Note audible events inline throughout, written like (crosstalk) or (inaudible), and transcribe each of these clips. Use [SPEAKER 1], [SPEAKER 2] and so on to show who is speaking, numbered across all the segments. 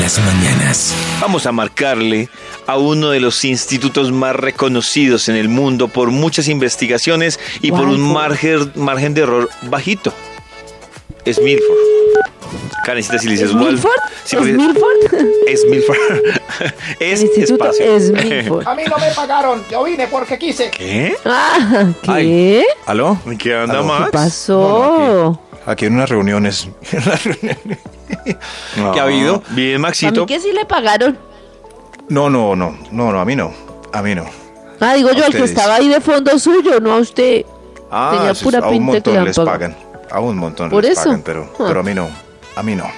[SPEAKER 1] las mañanas.
[SPEAKER 2] Vamos a marcarle a uno de los institutos más reconocidos en el mundo por muchas investigaciones y por un margen, margen de error bajito. Es Milford. Karencita, si le dices
[SPEAKER 3] ¿Es
[SPEAKER 2] Wal-
[SPEAKER 3] Milford?
[SPEAKER 2] Sí,
[SPEAKER 3] ¿Es
[SPEAKER 2] porque-
[SPEAKER 3] Milford?
[SPEAKER 2] Es Milford. (laughs) es
[SPEAKER 3] El instituto
[SPEAKER 2] espacio. (laughs)
[SPEAKER 3] es Milford.
[SPEAKER 4] A mí no me pagaron, yo vine porque quise.
[SPEAKER 2] ¿Qué?
[SPEAKER 3] Ah, ¿Qué?
[SPEAKER 2] Ay.
[SPEAKER 3] ¿Qué
[SPEAKER 5] ¿Aló?
[SPEAKER 2] ¿Qué anda,
[SPEAKER 5] Aló.
[SPEAKER 2] Max?
[SPEAKER 3] pasó?
[SPEAKER 5] Aquí en unas reuniones. (laughs) en unas reuniones. ¿Qué ha habido?
[SPEAKER 2] Bien,
[SPEAKER 3] A mí
[SPEAKER 2] Maxito.
[SPEAKER 3] que sí le pagaron.
[SPEAKER 5] No, no, no, no, no, a mí no. A mí no.
[SPEAKER 3] Ah, digo yo, el que
[SPEAKER 5] ustedes.
[SPEAKER 3] estaba ahí de fondo suyo, no a usted.
[SPEAKER 5] Ah,
[SPEAKER 3] Tenía
[SPEAKER 5] sí,
[SPEAKER 3] pura
[SPEAKER 5] a un
[SPEAKER 3] pinta que
[SPEAKER 5] montón
[SPEAKER 3] le han
[SPEAKER 5] les
[SPEAKER 3] pagado.
[SPEAKER 5] pagan. A un montón
[SPEAKER 3] Por
[SPEAKER 5] les
[SPEAKER 3] eso.
[SPEAKER 5] pagan, pero,
[SPEAKER 3] Ah.
[SPEAKER 5] pero a mí no. A mí no.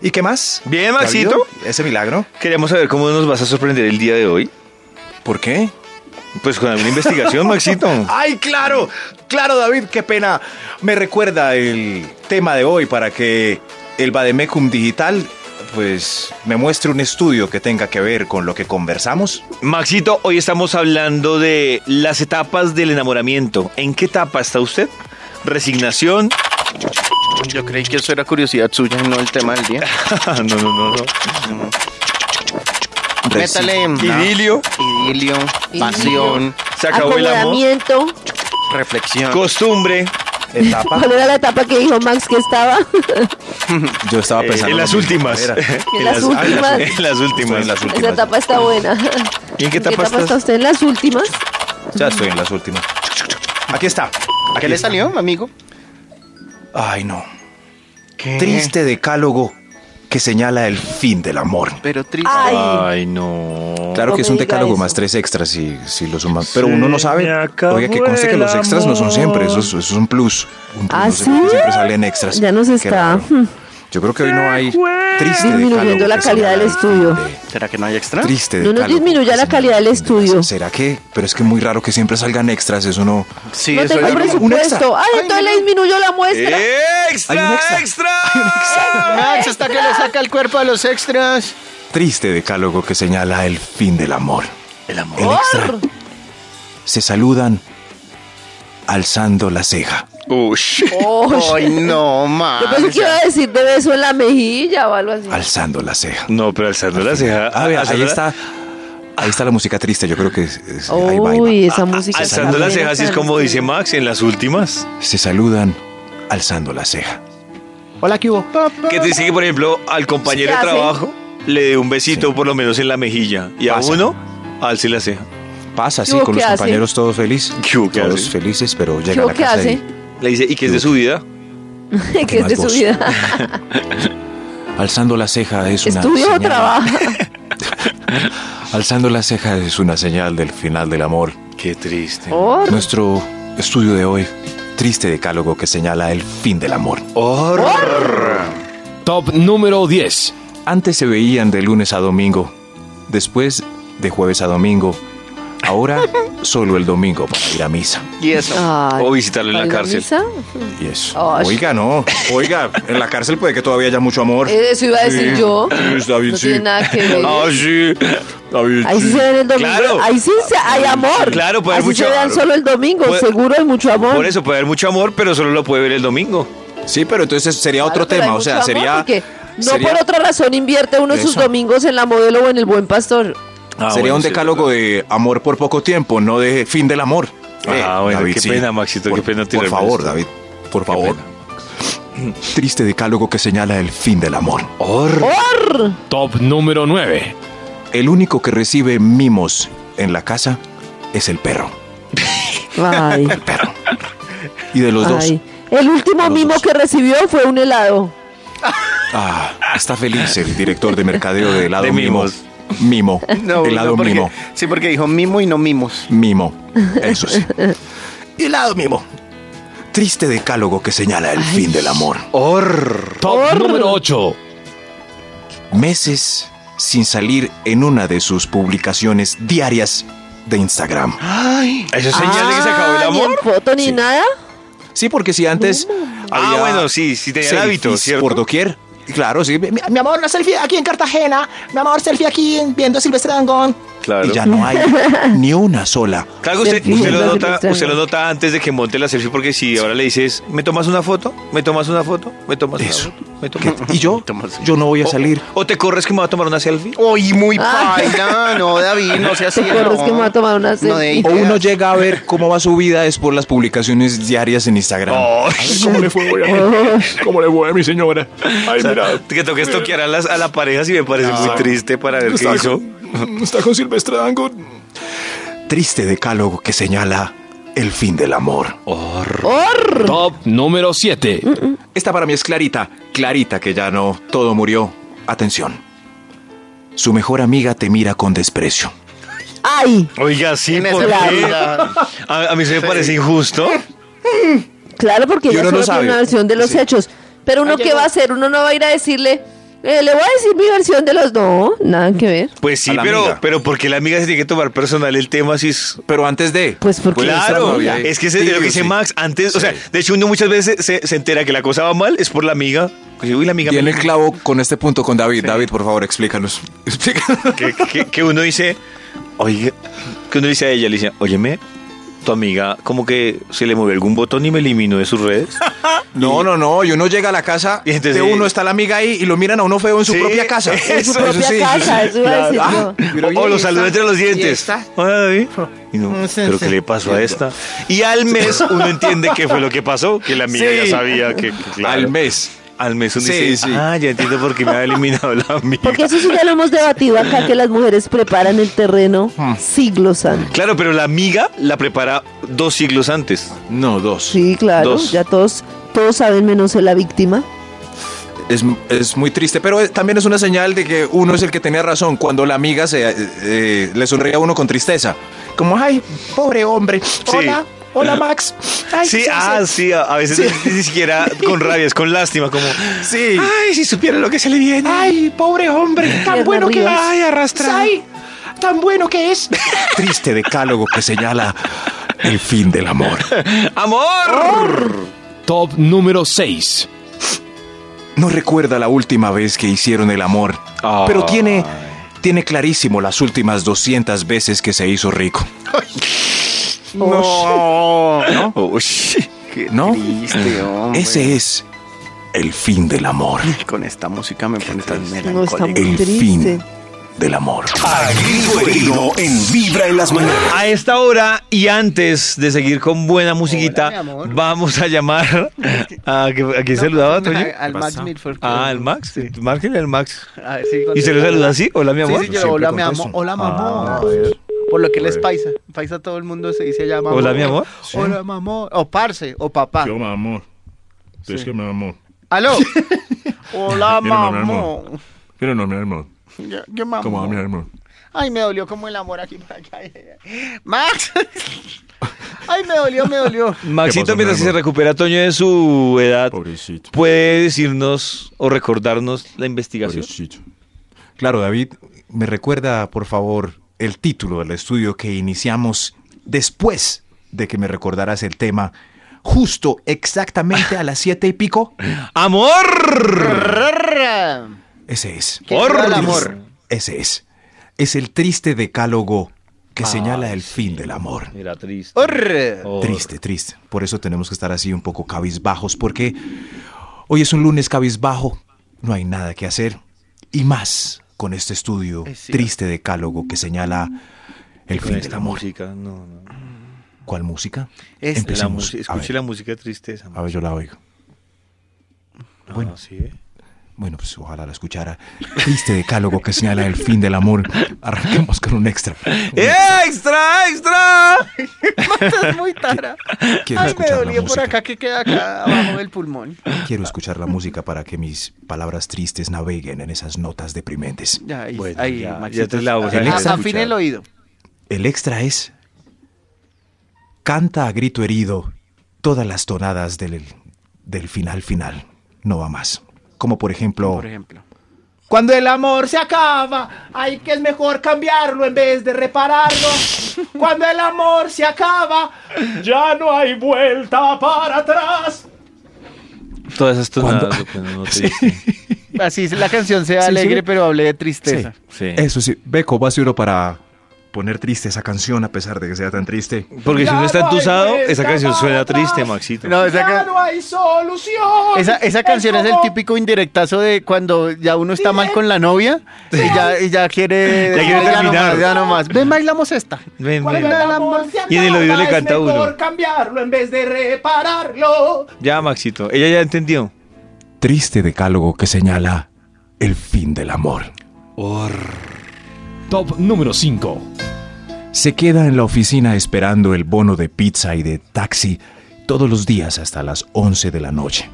[SPEAKER 5] ¿Y qué más?
[SPEAKER 2] Bien,
[SPEAKER 5] ¿Qué ha
[SPEAKER 2] Maxito.
[SPEAKER 5] habido? Ese milagro.
[SPEAKER 2] Queremos saber cómo nos vas a sorprender el día de hoy.
[SPEAKER 5] ¿Por qué?
[SPEAKER 2] Pues con alguna investigación,
[SPEAKER 3] (laughs)
[SPEAKER 2] Maxito.
[SPEAKER 5] ¡Ay, claro! ¡Claro, David! ¡Qué pena! Me recuerda el tema de hoy para que el Bademecum Digital pues me muestre un estudio que tenga que ver con lo que conversamos.
[SPEAKER 2] Maxito, hoy estamos hablando de las etapas del enamoramiento. ¿En qué etapa está usted? Resignación.
[SPEAKER 6] Yo creí que eso era curiosidad suya y no el tema del día. Mm.
[SPEAKER 2] no, no, no, no.
[SPEAKER 6] Métale. mm,
[SPEAKER 2] Idilio.
[SPEAKER 6] Idilio,
[SPEAKER 3] Idilio.
[SPEAKER 6] pasión,
[SPEAKER 3] Ah,
[SPEAKER 2] Se acabó el amor.
[SPEAKER 3] Acomodamiento.
[SPEAKER 6] reflexión.
[SPEAKER 2] Costumbre.
[SPEAKER 5] Etapa.
[SPEAKER 3] ¿Cuál era la etapa que dijo Max que estaba?
[SPEAKER 5] Yo estaba
[SPEAKER 2] Eh,
[SPEAKER 5] pensando
[SPEAKER 2] (laughs) en
[SPEAKER 5] lo
[SPEAKER 2] las
[SPEAKER 5] mismo.
[SPEAKER 2] últimas.
[SPEAKER 5] Era.
[SPEAKER 3] En las
[SPEAKER 2] ah, en
[SPEAKER 3] últimas.
[SPEAKER 2] (laughs) En las
[SPEAKER 5] Estoy
[SPEAKER 2] últimas.
[SPEAKER 5] en las últimas.
[SPEAKER 3] Esa etapa está buena.
[SPEAKER 2] ¿Y en qué etapa estás?
[SPEAKER 3] está usted en las últimas?
[SPEAKER 5] Ya estoy en las últimas. Aquí está.
[SPEAKER 6] ¿A qué le salió, amigo?
[SPEAKER 5] Ay, no.
[SPEAKER 2] Eh.
[SPEAKER 5] Triste decálogo que señala el fin del amor.
[SPEAKER 6] Pero triste.
[SPEAKER 3] Ay,
[SPEAKER 2] Ay, no.
[SPEAKER 5] Claro
[SPEAKER 3] No
[SPEAKER 5] que es
[SPEAKER 3] me
[SPEAKER 5] un
[SPEAKER 3] diga
[SPEAKER 5] decálogo
[SPEAKER 3] eso.
[SPEAKER 5] más tres extras si, si lo suman. Pero uno no sabe.
[SPEAKER 2] me acabó
[SPEAKER 5] Oiga, que conste que
[SPEAKER 2] el
[SPEAKER 5] los extras no son
[SPEAKER 2] amor.
[SPEAKER 5] siempre. Eso, es- eso es un plus. Un plus,
[SPEAKER 3] ¿Ah,
[SPEAKER 5] no sé por qué
[SPEAKER 3] sí?
[SPEAKER 5] Siempre salen extras.
[SPEAKER 3] Ya nos
[SPEAKER 5] Qué
[SPEAKER 3] está. Hmm.
[SPEAKER 5] raro. Yo creo que hoy no hay triste
[SPEAKER 3] Disminuyendo
[SPEAKER 5] decálogo
[SPEAKER 3] la
[SPEAKER 5] que
[SPEAKER 3] calidad del
[SPEAKER 5] señala el
[SPEAKER 3] estudio.
[SPEAKER 5] fin de-
[SPEAKER 6] ¿Será que no hay extra?
[SPEAKER 5] Triste
[SPEAKER 3] ¿Ah? No nos
[SPEAKER 5] decálogo
[SPEAKER 3] disminuya
[SPEAKER 5] que
[SPEAKER 3] la
[SPEAKER 5] señala
[SPEAKER 3] calidad del
[SPEAKER 5] el fin las-
[SPEAKER 3] estudio.
[SPEAKER 5] ¿Será que? Pero es que muy raro que siempre salgan extras. Eso no.
[SPEAKER 6] Sí,
[SPEAKER 3] no
[SPEAKER 6] eso
[SPEAKER 3] tengo
[SPEAKER 6] yo no-
[SPEAKER 5] presupuesto. un
[SPEAKER 3] presupuesto.
[SPEAKER 5] extra.
[SPEAKER 3] Ay, entonces le disminuyó la muestra.
[SPEAKER 5] Hay un
[SPEAKER 2] ¡Extra!
[SPEAKER 5] extra.
[SPEAKER 2] ¡Extra!
[SPEAKER 6] Max, hasta que le saca el cuerpo a los extras.
[SPEAKER 5] Triste decálogo que señala el fin del amor.
[SPEAKER 2] El amor.
[SPEAKER 5] El extra. Se saludan alzando la ceja.
[SPEAKER 2] Ush.
[SPEAKER 3] Oh,
[SPEAKER 6] Eh. Ay, no, Max.
[SPEAKER 3] yo pensé que iba a decir de beso en la mejilla o algo así.
[SPEAKER 5] Alzando la ceja.
[SPEAKER 2] No, pero alzando la ceja.
[SPEAKER 5] A ver, ahí
[SPEAKER 2] alzando la-
[SPEAKER 5] está. Ahí está la música triste, yo creo que es- es- ahí va, ahí va.
[SPEAKER 3] Uy, esa música.
[SPEAKER 2] Ah, Alzando
[SPEAKER 3] está
[SPEAKER 2] las
[SPEAKER 3] bien,
[SPEAKER 2] cejas, sí es
[SPEAKER 3] está
[SPEAKER 2] como
[SPEAKER 3] bien. (laughs)
[SPEAKER 2] dice Max en las últimas.
[SPEAKER 5] Se saludan alzando la ceja.
[SPEAKER 6] Hola, ¿qué hubo?
[SPEAKER 2] Que te dice que, por ejemplo, al compañero
[SPEAKER 3] ¿Qué
[SPEAKER 2] de
[SPEAKER 3] hace?
[SPEAKER 2] trabajo le dé un besito por lo menos en la mejilla. Y
[SPEAKER 5] Pasa.
[SPEAKER 2] a uno, alce la ceja.
[SPEAKER 5] Pasa así
[SPEAKER 3] ¿Qué hubo
[SPEAKER 5] con
[SPEAKER 3] que
[SPEAKER 5] los
[SPEAKER 3] hace?
[SPEAKER 5] compañeros todos felices.
[SPEAKER 2] ¿Qué hubo que
[SPEAKER 5] todos
[SPEAKER 2] hace?
[SPEAKER 5] felices, pero
[SPEAKER 3] ¿Qué
[SPEAKER 5] llega a la
[SPEAKER 3] qué
[SPEAKER 5] casa
[SPEAKER 3] hace?
[SPEAKER 5] y
[SPEAKER 2] Le dice, ¿y qué es de su vida?
[SPEAKER 3] Que es de su
[SPEAKER 5] Más
[SPEAKER 3] vida.
[SPEAKER 5] alzando la ceja es una
[SPEAKER 3] Estudio o
[SPEAKER 5] señal-
[SPEAKER 3] trabaja.
[SPEAKER 5] Alzando la ceja es una señal del final del amor.
[SPEAKER 2] Qué triste.
[SPEAKER 3] Oh,
[SPEAKER 5] Nuestro estudio de hoy, triste decálogo que señala el fin del amor.
[SPEAKER 1] Top número 10.
[SPEAKER 5] Antes se veían de lunes a domingo, después de jueves a domingo,
[SPEAKER 3] (laughs)
[SPEAKER 5] ahora solo el domingo para ir a misa.
[SPEAKER 6] Y eso.
[SPEAKER 3] Ay,
[SPEAKER 2] O visitarlo en la
[SPEAKER 3] ¿para ir
[SPEAKER 2] cárcel. (laughs)
[SPEAKER 3] a misa?
[SPEAKER 5] Y eso.
[SPEAKER 3] Ay.
[SPEAKER 5] Oiga, no. Oiga, en la cárcel puede que todavía haya mucho amor.
[SPEAKER 3] Eh, Eso iba a decir yo.
[SPEAKER 5] Sí, está bien,
[SPEAKER 3] no
[SPEAKER 5] sí.
[SPEAKER 3] tiene
[SPEAKER 5] (laughs)
[SPEAKER 3] nada que ver.
[SPEAKER 2] Ah, sí.
[SPEAKER 5] David,
[SPEAKER 3] Ahí sí se ven el domingo.
[SPEAKER 2] Claro. Ah,
[SPEAKER 3] Ahí sí se- hay amor.
[SPEAKER 2] Claro, puede
[SPEAKER 3] Así
[SPEAKER 2] haber mucho
[SPEAKER 3] se vean
[SPEAKER 2] amor.
[SPEAKER 3] solo el domingo.
[SPEAKER 2] Puede-
[SPEAKER 3] Seguro hay mucho amor.
[SPEAKER 2] Por eso puede haber mucho amor, pero solo lo puede ver el domingo.
[SPEAKER 5] Sí, pero entonces sería
[SPEAKER 3] Claro,
[SPEAKER 5] otro
[SPEAKER 3] pero hay
[SPEAKER 5] tema. O
[SPEAKER 3] mucho
[SPEAKER 5] sea,
[SPEAKER 3] amor
[SPEAKER 5] sería.
[SPEAKER 3] porque No
[SPEAKER 5] sería-
[SPEAKER 3] por otra razón invierte uno sus
[SPEAKER 5] Eso.
[SPEAKER 3] domingos en la modelo o en el buen pastor.
[SPEAKER 5] Ah,
[SPEAKER 2] Ah,
[SPEAKER 5] sería un decálogo de amor por poco tiempo, no de fin del amor. Eh,
[SPEAKER 2] Ah, bueno, qué pena, Maxito, qué
[SPEAKER 5] Por-
[SPEAKER 2] pena
[SPEAKER 5] Por
[SPEAKER 2] tirarme
[SPEAKER 5] favor,
[SPEAKER 2] esto.
[SPEAKER 5] David, por favor. Triste decálogo que señala el fin del amor.
[SPEAKER 3] ¡Por!
[SPEAKER 1] Top número 9.
[SPEAKER 5] El único que recibe mimos en la casa es el perro.
[SPEAKER 2] (laughs)
[SPEAKER 3] Ay,
[SPEAKER 5] Y de los
[SPEAKER 3] ay.
[SPEAKER 5] dos,
[SPEAKER 3] El último
[SPEAKER 5] Los
[SPEAKER 3] mimo
[SPEAKER 5] dos.
[SPEAKER 3] que recibió fue un helado.
[SPEAKER 5] ah, está feliz el director de mercadeo de helado
[SPEAKER 2] De
[SPEAKER 5] mimo.
[SPEAKER 2] mimos. (laughs)
[SPEAKER 5] Mimo. helado
[SPEAKER 6] porque-
[SPEAKER 5] mimo.
[SPEAKER 6] Sí, porque dijo mimo y no mimos.
[SPEAKER 5] Mimo. Eso sí. Helado mimo. Triste decálogo que señala el fin del amor.
[SPEAKER 1] Top número 8.
[SPEAKER 5] Meses sin salir en una de sus publicaciones diarias de Instagram.
[SPEAKER 2] Eso es señal de que se acabó el
[SPEAKER 3] Ah, Ni en
[SPEAKER 2] amor.
[SPEAKER 3] foto ni
[SPEAKER 5] Sí.
[SPEAKER 3] nada.
[SPEAKER 5] Sí, porque si antes
[SPEAKER 2] Ah,
[SPEAKER 5] había
[SPEAKER 2] bueno, sí, sí tenía el hábito,
[SPEAKER 5] selfies
[SPEAKER 2] ¿cierto?
[SPEAKER 5] por doquier. Claro, sí.
[SPEAKER 4] Mi, mi amor, una selfie aquí en Cartagena. Mi amor, selfie aquí en- viendo a Silvestre Dangón.
[SPEAKER 2] Claro.
[SPEAKER 5] y ya no hay ni una sola.
[SPEAKER 2] Claro que usted,
[SPEAKER 3] Perfil, (laughs)
[SPEAKER 2] usted lo
[SPEAKER 3] perfil
[SPEAKER 2] nota,
[SPEAKER 3] extraño.
[SPEAKER 2] usted lo nota antes de que monte la selfie porque si ahora le dices, ¿me tomas una foto? ¿Me tomas una foto? ¿Me tomas
[SPEAKER 5] Eso.
[SPEAKER 2] una foto? ¿Me tomas
[SPEAKER 5] Y
[SPEAKER 2] (laughs)
[SPEAKER 5] yo, yo no
[SPEAKER 2] Oh.
[SPEAKER 5] voy a salir.
[SPEAKER 2] O, o te corres que me va a tomar una selfie.
[SPEAKER 6] Uy, muy
[SPEAKER 3] Ah.
[SPEAKER 6] paila. No, David,
[SPEAKER 3] (laughs)
[SPEAKER 6] no sea así.
[SPEAKER 3] Te acuerdas
[SPEAKER 6] no.
[SPEAKER 3] que me va a tomar una
[SPEAKER 6] No, de
[SPEAKER 3] selfie.
[SPEAKER 5] O uno llega a ver cómo va su vida es por las publicaciones diarias en Instagram.
[SPEAKER 2] Oh.
[SPEAKER 1] ¿Cómo le fue hoy a mi, ¿Cómo le fue a mi señora? Ay, mira.
[SPEAKER 2] Que tengo que estoquear a, las, a la pareja si me parece
[SPEAKER 5] Ah.
[SPEAKER 2] muy triste para ver qué
[SPEAKER 1] Está
[SPEAKER 2] hizo.
[SPEAKER 1] con, está con Silvestre Dango.
[SPEAKER 5] Triste decálogo que señala el fin del amor.
[SPEAKER 3] ¡Or!
[SPEAKER 1] Top número 7.
[SPEAKER 5] Esta para mí es Clarita. Clarita que ya no, todo murió. Atención. Su mejor amiga te mira con desprecio.
[SPEAKER 3] ¡Ay!
[SPEAKER 2] Oiga, sí,
[SPEAKER 6] En
[SPEAKER 2] ¿por
[SPEAKER 6] ese
[SPEAKER 2] qué?
[SPEAKER 6] plan.
[SPEAKER 2] A, a mí se me parece injusto.
[SPEAKER 3] Claro, porque
[SPEAKER 5] Y
[SPEAKER 3] ella
[SPEAKER 5] uno no
[SPEAKER 3] solo tiene
[SPEAKER 5] sabe.
[SPEAKER 3] una versión de los
[SPEAKER 5] Sí.
[SPEAKER 3] hechos. Pero uno,
[SPEAKER 4] Ahí
[SPEAKER 3] ¿qué
[SPEAKER 4] llegó.
[SPEAKER 3] va a hacer? Uno no va a ir a decirle, eh, le voy a decir mi versión de los. No, nada que ver.
[SPEAKER 2] Pues sí,
[SPEAKER 5] A la
[SPEAKER 2] pero,
[SPEAKER 5] amiga.
[SPEAKER 2] pero porque la amiga se tiene que tomar personal el tema si es...
[SPEAKER 5] Pero antes de...
[SPEAKER 3] Pues porque.
[SPEAKER 2] Claro,
[SPEAKER 5] amiga.
[SPEAKER 2] es que es lo que dice
[SPEAKER 5] Sí, sí.
[SPEAKER 2] Max antes, o sea,
[SPEAKER 5] Sí.
[SPEAKER 2] de hecho uno muchas veces se, se entera que la cosa va mal, es por la amiga. Pues, uy, la amiga me-
[SPEAKER 5] Tiene el (laughs) clavo con este punto con David. David, por favor, explícanos. (laughs) Explícanos.
[SPEAKER 2] que, que- que uno dice, oye, que uno dice a ella, le dice, óyeme, tu amiga como que se le movió algún botón y me eliminó de sus redes.
[SPEAKER 5] No, no, no. Y uno llega a la casa
[SPEAKER 2] Y entonces-
[SPEAKER 5] de uno, está la amiga ahí y lo miran a uno feo en su
[SPEAKER 2] Sí,
[SPEAKER 5] propia casa.
[SPEAKER 2] (laughs) eso,
[SPEAKER 3] En su propia casa, eso iba a decir
[SPEAKER 5] Ah,
[SPEAKER 3] yo.
[SPEAKER 5] (laughs) pero
[SPEAKER 2] o, o
[SPEAKER 5] bien,
[SPEAKER 2] lo saluda
[SPEAKER 5] está.
[SPEAKER 2] entre los
[SPEAKER 6] Y
[SPEAKER 2] dientes.
[SPEAKER 6] está.
[SPEAKER 2] Ay, y no,
[SPEAKER 6] Sí,
[SPEAKER 2] pero
[SPEAKER 6] sí.
[SPEAKER 2] ¿qué le pasó a esta? Y
[SPEAKER 5] (laughs)
[SPEAKER 2] al mes uno entiende qué fue lo que pasó, que la amiga
[SPEAKER 6] Sí.
[SPEAKER 2] ya sabía que... que claro.
[SPEAKER 5] Al mes.
[SPEAKER 2] Al mes uno
[SPEAKER 5] Sí,
[SPEAKER 2] dice,
[SPEAKER 5] sí.
[SPEAKER 2] ah, ya entiendo por qué me ha eliminado la amiga.
[SPEAKER 3] Porque eso sí ya lo hemos debatido acá, que las mujeres preparan el terreno
[SPEAKER 5] Ah.
[SPEAKER 3] siglos antes.
[SPEAKER 2] Claro, pero la amiga la prepara dos siglos antes.
[SPEAKER 5] No, dos.
[SPEAKER 3] Sí, claro,
[SPEAKER 2] Dos.
[SPEAKER 3] ya todos, todos saben menos la víctima.
[SPEAKER 5] Es, es muy triste, pero eh, también es una señal de que uno es el que tenía razón cuando la amiga se, eh, eh, le sonríe a uno con tristeza. Como, ay, pobre hombre. Hola, hola Max. Ay,
[SPEAKER 2] sí,
[SPEAKER 5] sí,
[SPEAKER 2] ah,
[SPEAKER 5] sí.
[SPEAKER 2] sí, a a veces ni, ni siquiera con rabia, es con lástima, como...
[SPEAKER 5] Sí.
[SPEAKER 2] Ay, si supiera lo que se le viene.
[SPEAKER 5] Ay, pobre hombre.
[SPEAKER 3] Pierna arriba.
[SPEAKER 5] Ay, arrastra.
[SPEAKER 4] ¡Ay! ¡Tan bueno que
[SPEAKER 5] (laughs)
[SPEAKER 4] es!
[SPEAKER 5] Triste decálogo que señala el fin del amor.
[SPEAKER 2] ¡Amor!
[SPEAKER 1] Top número 6.
[SPEAKER 5] No recuerda la última vez que hicieron el amor,
[SPEAKER 2] Ay.
[SPEAKER 5] pero tiene, tiene clarísimo las últimas 200 veces que se hizo rico.
[SPEAKER 6] No.
[SPEAKER 5] ¿No?
[SPEAKER 2] Uy, qué-
[SPEAKER 5] ¿No?
[SPEAKER 6] Triste, hombre.
[SPEAKER 5] Ese es el fin del amor.
[SPEAKER 6] Con esta música me pone tan
[SPEAKER 3] No está
[SPEAKER 6] melancólico.
[SPEAKER 3] muy
[SPEAKER 5] El
[SPEAKER 3] triste.
[SPEAKER 5] fin del amor.
[SPEAKER 7] Grito en Vibra en las mañanas.
[SPEAKER 2] A esta hora y antes de seguir con buena musiquita,
[SPEAKER 8] Hola, mi amor.
[SPEAKER 2] vamos a llamar a, que- a quién saludaba, Toño.
[SPEAKER 8] Al Max Milford.
[SPEAKER 2] Ah, al Max. Sí. Márquenle al Max.
[SPEAKER 8] A ver, sí, cuando-
[SPEAKER 2] ¿Y se lo saluda así? Hola, mi
[SPEAKER 8] Sí,
[SPEAKER 2] amor.
[SPEAKER 8] sí, yo, hola, mi amor. Hola, mi amor. Por lo que él es paisa. En Paisa todo el mundo se dice ya, mamá.
[SPEAKER 2] Hola, mi amor.
[SPEAKER 8] Hola, mi amor. O parce, o papá.
[SPEAKER 9] Yo, mi amor. Es que mi amor.
[SPEAKER 8] ¡Aló! hola,
[SPEAKER 9] Mira, mamá,
[SPEAKER 8] mamá.
[SPEAKER 9] amor. Quiero no, mi amor.
[SPEAKER 8] Yo- yo, mamá.
[SPEAKER 9] Como a mi amor.
[SPEAKER 8] Ay, me dolió como el amor aquí para acá. ¡Max! Ay, me dolió, me dolió.
[SPEAKER 9] ¿Qué
[SPEAKER 2] Maxito,
[SPEAKER 9] pasó,
[SPEAKER 2] mientras
[SPEAKER 9] mi
[SPEAKER 2] se
[SPEAKER 9] amor?
[SPEAKER 2] recupera Toño de su edad,
[SPEAKER 9] Pobrecito.
[SPEAKER 2] ¿puede decirnos o recordarnos la investigación?
[SPEAKER 9] Pobrecito.
[SPEAKER 5] Claro, David, me recuerda, por favor, el título del estudio que iniciamos después de que me recordaras el tema, justo exactamente a las siete y pico.
[SPEAKER 2] ¡Amor!
[SPEAKER 5] Ese es.
[SPEAKER 8] Que viva el amor.
[SPEAKER 5] Ese es. Es el triste decálogo que señala el fin del amor.
[SPEAKER 2] Mira, triste. Oh,
[SPEAKER 8] Orre.
[SPEAKER 2] Or-
[SPEAKER 5] Triste, triste. Por eso tenemos que estar así un poco cabizbajos, porque hoy es un lunes cabizbajo, no hay nada que hacer. Y más con este estudio
[SPEAKER 8] Es cierto. este
[SPEAKER 5] triste decálogo que señala el
[SPEAKER 2] Con
[SPEAKER 5] fin del
[SPEAKER 2] esta
[SPEAKER 5] amor.
[SPEAKER 2] música, no, no.
[SPEAKER 5] ¿Cuál música?
[SPEAKER 8] Es la
[SPEAKER 2] La
[SPEAKER 5] Empecemos.
[SPEAKER 2] música-
[SPEAKER 5] a,
[SPEAKER 2] escuche
[SPEAKER 5] ver,
[SPEAKER 2] la música de tristeza.
[SPEAKER 5] a ver, yo la oigo.
[SPEAKER 2] bueno, sí, ¿eh?
[SPEAKER 5] Bueno, pues ojalá la escuchara. Triste decálogo que señala el fin del amor. Arranquemos con un extra.
[SPEAKER 8] ¡Eh!
[SPEAKER 5] Un
[SPEAKER 2] ¡Eh, ¡Extra, extra!
[SPEAKER 8] Esta es muy tara.
[SPEAKER 5] Quiero
[SPEAKER 8] Ay, me
[SPEAKER 5] escuchar la
[SPEAKER 8] dolió por
[SPEAKER 5] música.
[SPEAKER 8] acá que queda acá abajo del pulmón.
[SPEAKER 5] Quiero escuchar la música para que mis palabras tristes naveguen en esas notas deprimentes.
[SPEAKER 8] Ya, ahí,
[SPEAKER 2] Bueno,
[SPEAKER 8] ahí,
[SPEAKER 2] ya,
[SPEAKER 8] Maxito.
[SPEAKER 2] ya te la voy a
[SPEAKER 8] Ah,
[SPEAKER 2] dejar
[SPEAKER 8] Afine
[SPEAKER 2] escuchar.
[SPEAKER 8] el oído.
[SPEAKER 5] El extra es... Canta a grito herido todas las tonadas del, del final final. No va más. Como por ejemplo...
[SPEAKER 8] Por ejemplo.
[SPEAKER 4] Cuando el amor se acaba, hay que es mejor cambiarlo en vez de repararlo. Cuando el amor se acaba, ya no hay vuelta para atrás.
[SPEAKER 2] Todas esas tonadas. no te dicen.
[SPEAKER 8] Así es, la canción sea
[SPEAKER 5] Sí,
[SPEAKER 8] alegre,
[SPEAKER 5] sí.
[SPEAKER 8] pero hable de
[SPEAKER 5] Sí,
[SPEAKER 8] tristeza.
[SPEAKER 2] Sí.
[SPEAKER 5] Eso sí. Ve cómo hace uno para poner triste esa canción a pesar de que sea tan triste.
[SPEAKER 2] Porque si
[SPEAKER 4] Ya
[SPEAKER 2] uno está
[SPEAKER 4] no hay
[SPEAKER 2] entusado,
[SPEAKER 4] vuelta
[SPEAKER 2] esa canción
[SPEAKER 4] para
[SPEAKER 2] suena
[SPEAKER 4] atrás.
[SPEAKER 2] triste, Maxito.
[SPEAKER 6] No, esa,
[SPEAKER 4] ya
[SPEAKER 6] ca-
[SPEAKER 4] no hay solución.
[SPEAKER 6] esa, esa canción es el
[SPEAKER 4] como-
[SPEAKER 6] típico indirectazo de cuando ya uno está mal con la novia y ya, y ya quiere.
[SPEAKER 2] Ya quiere terminar.
[SPEAKER 6] nomás, ya nomás. Ven, bailamos esta.
[SPEAKER 2] Ven,
[SPEAKER 4] Cuando
[SPEAKER 2] ven.
[SPEAKER 4] el amor se
[SPEAKER 2] Y en el
[SPEAKER 4] acaba,
[SPEAKER 2] oído le
[SPEAKER 4] es
[SPEAKER 2] canta
[SPEAKER 4] mejor
[SPEAKER 2] uno.
[SPEAKER 4] cambiarlo en vez de repararlo.
[SPEAKER 2] Ya, Maxito. Ella ya entendió.
[SPEAKER 5] Triste decálogo que señala el fin del amor.
[SPEAKER 10] Top número 5.
[SPEAKER 5] Se queda en la oficina esperando el bono de pizza y de taxi todos los días hasta las 11 de la noche.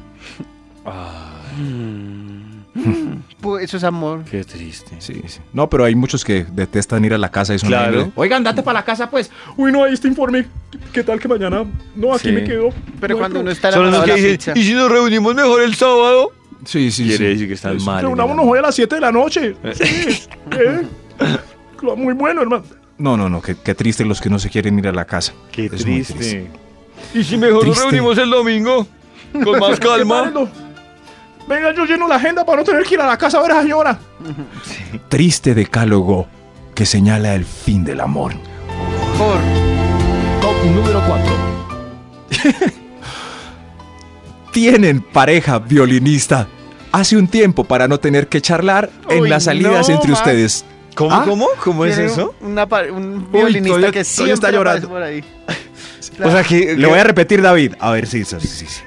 [SPEAKER 6] Pu- Pues, Eso es amor.
[SPEAKER 2] Qué triste.
[SPEAKER 5] Sí, sí. No, pero hay muchos que detestan ir a la casa y son
[SPEAKER 2] Claro.
[SPEAKER 5] horrible.
[SPEAKER 4] Oigan, date para la casa, pues. Uy, no, ahí este informe. ¿Qué tal que mañana? No, aquí
[SPEAKER 6] Sí.
[SPEAKER 4] me quedo. No
[SPEAKER 6] Pero
[SPEAKER 4] hay
[SPEAKER 6] cuando
[SPEAKER 4] problema.
[SPEAKER 6] uno está
[SPEAKER 2] Solo los
[SPEAKER 6] enamorado de
[SPEAKER 2] que
[SPEAKER 6] la
[SPEAKER 2] dicen,
[SPEAKER 6] pizza.
[SPEAKER 2] ¿y si nos reunimos mejor el sábado?
[SPEAKER 5] Sí, sí,
[SPEAKER 2] Quiere
[SPEAKER 5] sí.
[SPEAKER 2] decir que están mal. en el
[SPEAKER 1] Reunámonos
[SPEAKER 2] amor.
[SPEAKER 1] hoy a las 7 de la noche. Sí. ¿Eh? Claro, Muy bueno, hermano.
[SPEAKER 5] No, no, no, qué, qué triste los que no se quieren ir a la casa.
[SPEAKER 2] Qué
[SPEAKER 5] Es muy
[SPEAKER 2] triste. ¿Y si mejor
[SPEAKER 5] Triste.
[SPEAKER 2] nos reunimos el domingo? Con más calma.
[SPEAKER 1] Prepárenlo. Venga, yo lleno la agenda para no tener que ir a la casa a ver a la señora.
[SPEAKER 5] Triste decálogo que señala el fin del amor.
[SPEAKER 10] Top número 4.
[SPEAKER 5] Tienen pareja violinista. Hace un tiempo para no tener que charlar en
[SPEAKER 6] Uy,
[SPEAKER 5] las salidas
[SPEAKER 6] no,
[SPEAKER 5] entre
[SPEAKER 6] Max.
[SPEAKER 5] ustedes.
[SPEAKER 2] ¿Cómo,
[SPEAKER 5] Ah,
[SPEAKER 2] cómo? ¿Cómo es
[SPEAKER 6] Tiene
[SPEAKER 2] eso?
[SPEAKER 6] una pa- un violinista
[SPEAKER 5] todavía-
[SPEAKER 6] que
[SPEAKER 5] todavía
[SPEAKER 6] siempre
[SPEAKER 5] está llorando.
[SPEAKER 6] aparece por ahí.
[SPEAKER 5] O sea que. Le voy a repetir, David. A ver, sí, sí, sí. sí.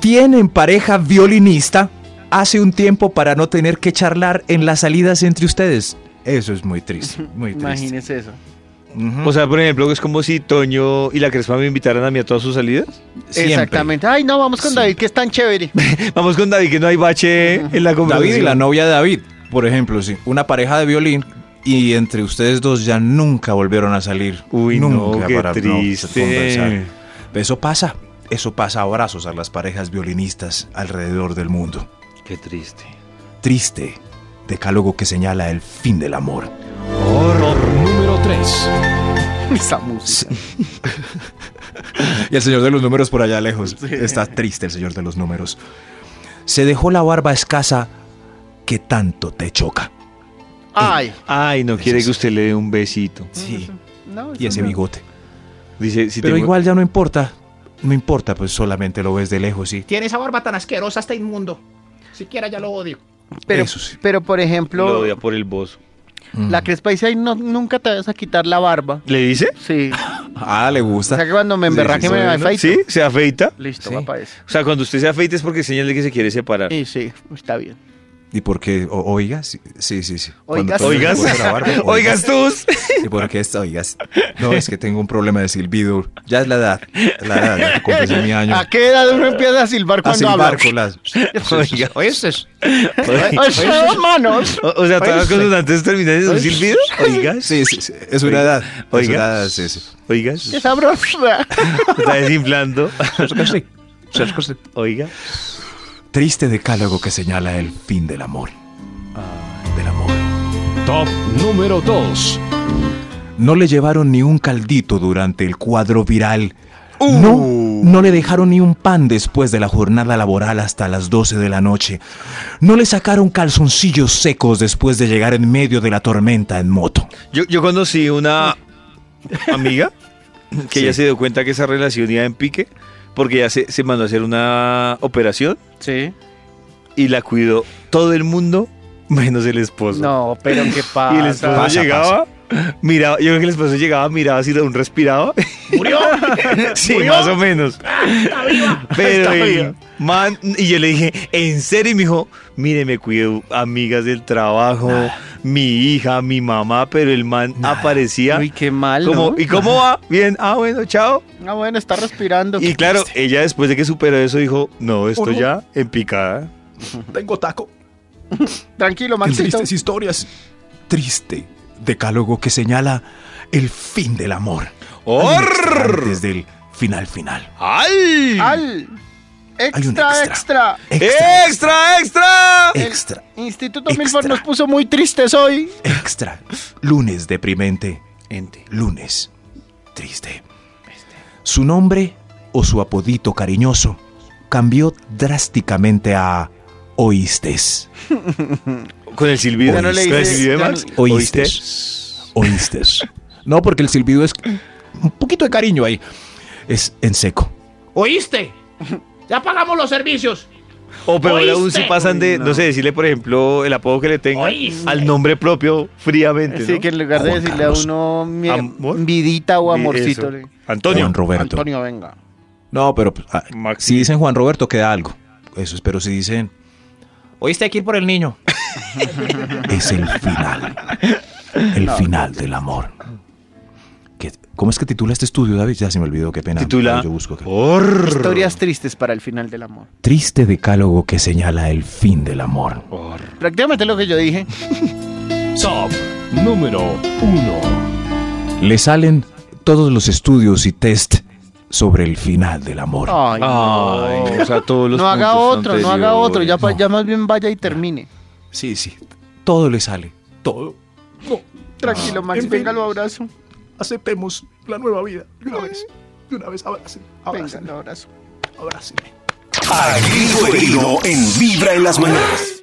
[SPEAKER 5] Tienen pareja violinista hace un tiempo para no tener que charlar en las salidas entre ustedes. Eso es muy triste, muy triste.
[SPEAKER 6] Imagínese eso.
[SPEAKER 5] Ujú.
[SPEAKER 2] O sea, por ejemplo, es como si Toño y la Crespa me invitaran a mí a todas sus salidas.
[SPEAKER 5] Siempre.
[SPEAKER 6] Exactamente. Ay, no, vamos con David, que es tan chévere.
[SPEAKER 2] Vamos con David, que no hay bache en la
[SPEAKER 5] David y
[SPEAKER 2] conversación.
[SPEAKER 5] la novia de David, por ejemplo, sí. Una pareja de violín y entre ustedes dos ya nunca volvieron a salir.
[SPEAKER 2] Uy, no,
[SPEAKER 5] nunca
[SPEAKER 2] qué
[SPEAKER 5] para no
[SPEAKER 2] triste.
[SPEAKER 5] conversar. Eso pasa. Eso pasa abrazos a las parejas violinistas alrededor del mundo.
[SPEAKER 2] Qué triste.
[SPEAKER 5] Triste. Decálogo que señala el fin del amor.
[SPEAKER 10] Top número 3.
[SPEAKER 6] Esa música.
[SPEAKER 5] Y el señor de los números por allá lejos. Está triste el señor de los números. Se dejó la barba escasa que tanto te choca.
[SPEAKER 6] (laughs) Ay.
[SPEAKER 2] Ay, no
[SPEAKER 5] Es
[SPEAKER 2] quiere
[SPEAKER 5] eso.
[SPEAKER 2] que usted le dé un besito.
[SPEAKER 5] Sí.
[SPEAKER 6] No,
[SPEAKER 5] Y ese
[SPEAKER 6] no.
[SPEAKER 5] bigote.
[SPEAKER 2] Dice, si
[SPEAKER 5] Pero
[SPEAKER 2] tengo-
[SPEAKER 5] igual ya no importa. No importa, pues solamente lo ves de lejos y
[SPEAKER 4] Tiene esa barba tan asquerosa, está inmundo. Siquiera ya lo odio.
[SPEAKER 6] Pero,
[SPEAKER 5] Eso sí.
[SPEAKER 6] pero por
[SPEAKER 2] lo
[SPEAKER 6] ejemplo,
[SPEAKER 2] odia por el bozo.
[SPEAKER 6] la Crespa dice, ay, no, nunca te vas a quitar la barba.
[SPEAKER 2] ¿Le dice?
[SPEAKER 6] Sí.
[SPEAKER 5] Ah, le
[SPEAKER 6] O
[SPEAKER 5] gusta.
[SPEAKER 6] sea que cuando me emberraje
[SPEAKER 5] sí,
[SPEAKER 6] me
[SPEAKER 5] sí,
[SPEAKER 6] afeito.
[SPEAKER 2] ¿Sí? ¿Se afeita?
[SPEAKER 6] Listo,
[SPEAKER 5] Sí.
[SPEAKER 6] va para eso.
[SPEAKER 2] O sea, cuando usted se afeita es porque señale que se quiere separar.
[SPEAKER 6] Y sí, está bien.
[SPEAKER 5] ¿Y por qué? O- ¿Oigas? Sí, sí, sí.
[SPEAKER 6] Oigas.
[SPEAKER 5] Cuando te
[SPEAKER 2] Oigas.
[SPEAKER 5] pones la
[SPEAKER 2] (laughs)
[SPEAKER 5] barba,
[SPEAKER 6] (laughs)
[SPEAKER 2] Oigas tus.
[SPEAKER 5] ¿Y por qué esto? Oigas. No, es que tengo un problema de silbido. Ya es la edad. La edad. ya que
[SPEAKER 6] (laughs)
[SPEAKER 5] Compensé mi año.
[SPEAKER 6] ¿A qué edad uno empieza a silbar
[SPEAKER 5] A
[SPEAKER 6] cuando habla?
[SPEAKER 5] silbar (laughs) con las...
[SPEAKER 2] Oiga.
[SPEAKER 6] (laughs)
[SPEAKER 5] Oigas.
[SPEAKER 6] Ay, son manos!
[SPEAKER 2] O, o sea, todas las consonantes terminan en un silbido. Oigas.
[SPEAKER 5] Sí, sí, sí, Es una edad. Es una edad,
[SPEAKER 2] Oigas.
[SPEAKER 5] sí, sí.
[SPEAKER 2] Oigas.
[SPEAKER 6] ¡Qué sabrosa!
[SPEAKER 2] Está desinflando. Oiga.
[SPEAKER 5] Triste decálogo que señala el fin del amor. Del amor.
[SPEAKER 10] Top número 2.
[SPEAKER 5] No le llevaron ni un caldito durante el cuadro viral. No, no le dejaron ni un pan después de la jornada laboral hasta las 12 de la noche. No le sacaron calzoncillos secos después de llegar en medio de la tormenta en moto.
[SPEAKER 2] Yo, yo conocí
[SPEAKER 6] (laughs)
[SPEAKER 2] una amiga que ella se dio cuenta que esa relación iba en pique porque ella se, se mandó a hacer una operación
[SPEAKER 6] Sí.
[SPEAKER 2] y la cuidó todo el mundo menos el esposo.
[SPEAKER 6] No, pero qué
[SPEAKER 2] Y el esposo
[SPEAKER 6] pasa.
[SPEAKER 5] Pasa,
[SPEAKER 2] llegaba, miraba, yo creo que el esposo llegaba, miraba si un respiraba.
[SPEAKER 4] ¿Murió?
[SPEAKER 2] sí,
[SPEAKER 4] ¿Murió? Ah,
[SPEAKER 2] más o menos.
[SPEAKER 4] Está viva.
[SPEAKER 2] (laughs) Pero
[SPEAKER 4] Está
[SPEAKER 2] el
[SPEAKER 4] viva.
[SPEAKER 2] man, y yo le dije, ¿en serio? Y me dijo, mire, me cuido amigas del trabajo,
[SPEAKER 6] Ah.
[SPEAKER 2] mi hija, mi mamá, pero el man aparecía.
[SPEAKER 6] Uy, qué mal,
[SPEAKER 2] como,
[SPEAKER 6] ¿no?
[SPEAKER 2] ¿Y cómo
[SPEAKER 6] (laughs)
[SPEAKER 2] va? Bien, ah, bueno, chao.
[SPEAKER 6] Ah, bueno, está respirando.
[SPEAKER 2] Y claro, ella después de que superó eso dijo, no, esto ya en picada.
[SPEAKER 1] Tengo taco.
[SPEAKER 6] Tranquilo,
[SPEAKER 5] Qué
[SPEAKER 6] Maxito.
[SPEAKER 5] tristes historias. Triste decálogo que señala el fin del amor.
[SPEAKER 2] ¡Or!
[SPEAKER 5] Desde el final final.
[SPEAKER 2] ¡Ay!
[SPEAKER 6] ¡Al!
[SPEAKER 5] Hay un
[SPEAKER 6] ¡Extra, extra!
[SPEAKER 5] extra. Extra,
[SPEAKER 2] ¡Extra, extra!
[SPEAKER 5] extra,
[SPEAKER 6] Instituto
[SPEAKER 5] Extra.
[SPEAKER 6] Milford nos puso muy tristes hoy.
[SPEAKER 5] extra. Lunes deprimente. Lunes triste. Su nombre o su apodito cariñoso cambió drásticamente a Oístes.
[SPEAKER 2] Con el silbido.
[SPEAKER 5] Ya no
[SPEAKER 6] le
[SPEAKER 2] ¿Con el
[SPEAKER 6] dice-
[SPEAKER 2] silbido de
[SPEAKER 6] ya
[SPEAKER 2] Max?
[SPEAKER 6] no-
[SPEAKER 5] Oístes. Oístes. No, porque el silbido es un poquito de cariño ahí. Es en seco.
[SPEAKER 11] ¿Oíste? Ya pagamos los servicios.
[SPEAKER 2] O peor aún si
[SPEAKER 11] ¿Oíste?
[SPEAKER 2] pasan de, no.
[SPEAKER 4] No.
[SPEAKER 2] sé, decirle, por ejemplo, el apodo que le tengan
[SPEAKER 11] ¿Oíste?
[SPEAKER 2] al nombre propio fríamente.
[SPEAKER 4] Sí,
[SPEAKER 2] ¿no?
[SPEAKER 4] que en lugar de
[SPEAKER 5] Juan
[SPEAKER 4] decirle a
[SPEAKER 5] Carlos.
[SPEAKER 4] uno mi-
[SPEAKER 2] Amor.
[SPEAKER 4] vidita o
[SPEAKER 2] Y
[SPEAKER 4] amorcito,
[SPEAKER 2] eso.
[SPEAKER 4] le-
[SPEAKER 2] Antonio.
[SPEAKER 5] Juan Roberto.
[SPEAKER 4] Antonio, venga.
[SPEAKER 5] No, pero pues, ah,
[SPEAKER 2] Maxi.
[SPEAKER 5] si dicen Juan Roberto queda algo. Eso es, pero si dicen... Oíste, hay que ir por el niño. es el final. El final del amor. ¿Qué- ¿Cómo es que titula este estudio, David? Ya se me olvidó, qué pena.
[SPEAKER 2] Titula. Oh.
[SPEAKER 5] Yo busco acá.
[SPEAKER 2] Horror.
[SPEAKER 4] Historias tristes para el final del amor.
[SPEAKER 5] Triste decálogo que señala el fin del amor.
[SPEAKER 4] Prácticamente lo que yo dije.
[SPEAKER 10] Top número 1.
[SPEAKER 5] Le salen todos los estudios y test sobre el final del amor.
[SPEAKER 2] Oh.
[SPEAKER 4] Ay, no.
[SPEAKER 2] Ay, o sea, todos los
[SPEAKER 4] No haga
[SPEAKER 2] puntos
[SPEAKER 4] otro, no haga
[SPEAKER 2] anteriores.
[SPEAKER 4] otro. Ya, pa- ya más bien vaya y termine.
[SPEAKER 5] Sí, sí. Todo le sale. Todo.
[SPEAKER 2] Ah,
[SPEAKER 1] Tranquilo, Max, venga, lo abrazo.
[SPEAKER 5] Aceptemos la nueva vida. De una vez. De una vez. Abracen.
[SPEAKER 1] Venga, lo abrazo.
[SPEAKER 5] Abracen.
[SPEAKER 12] A Gringo Herido en Vibra en las mañanas.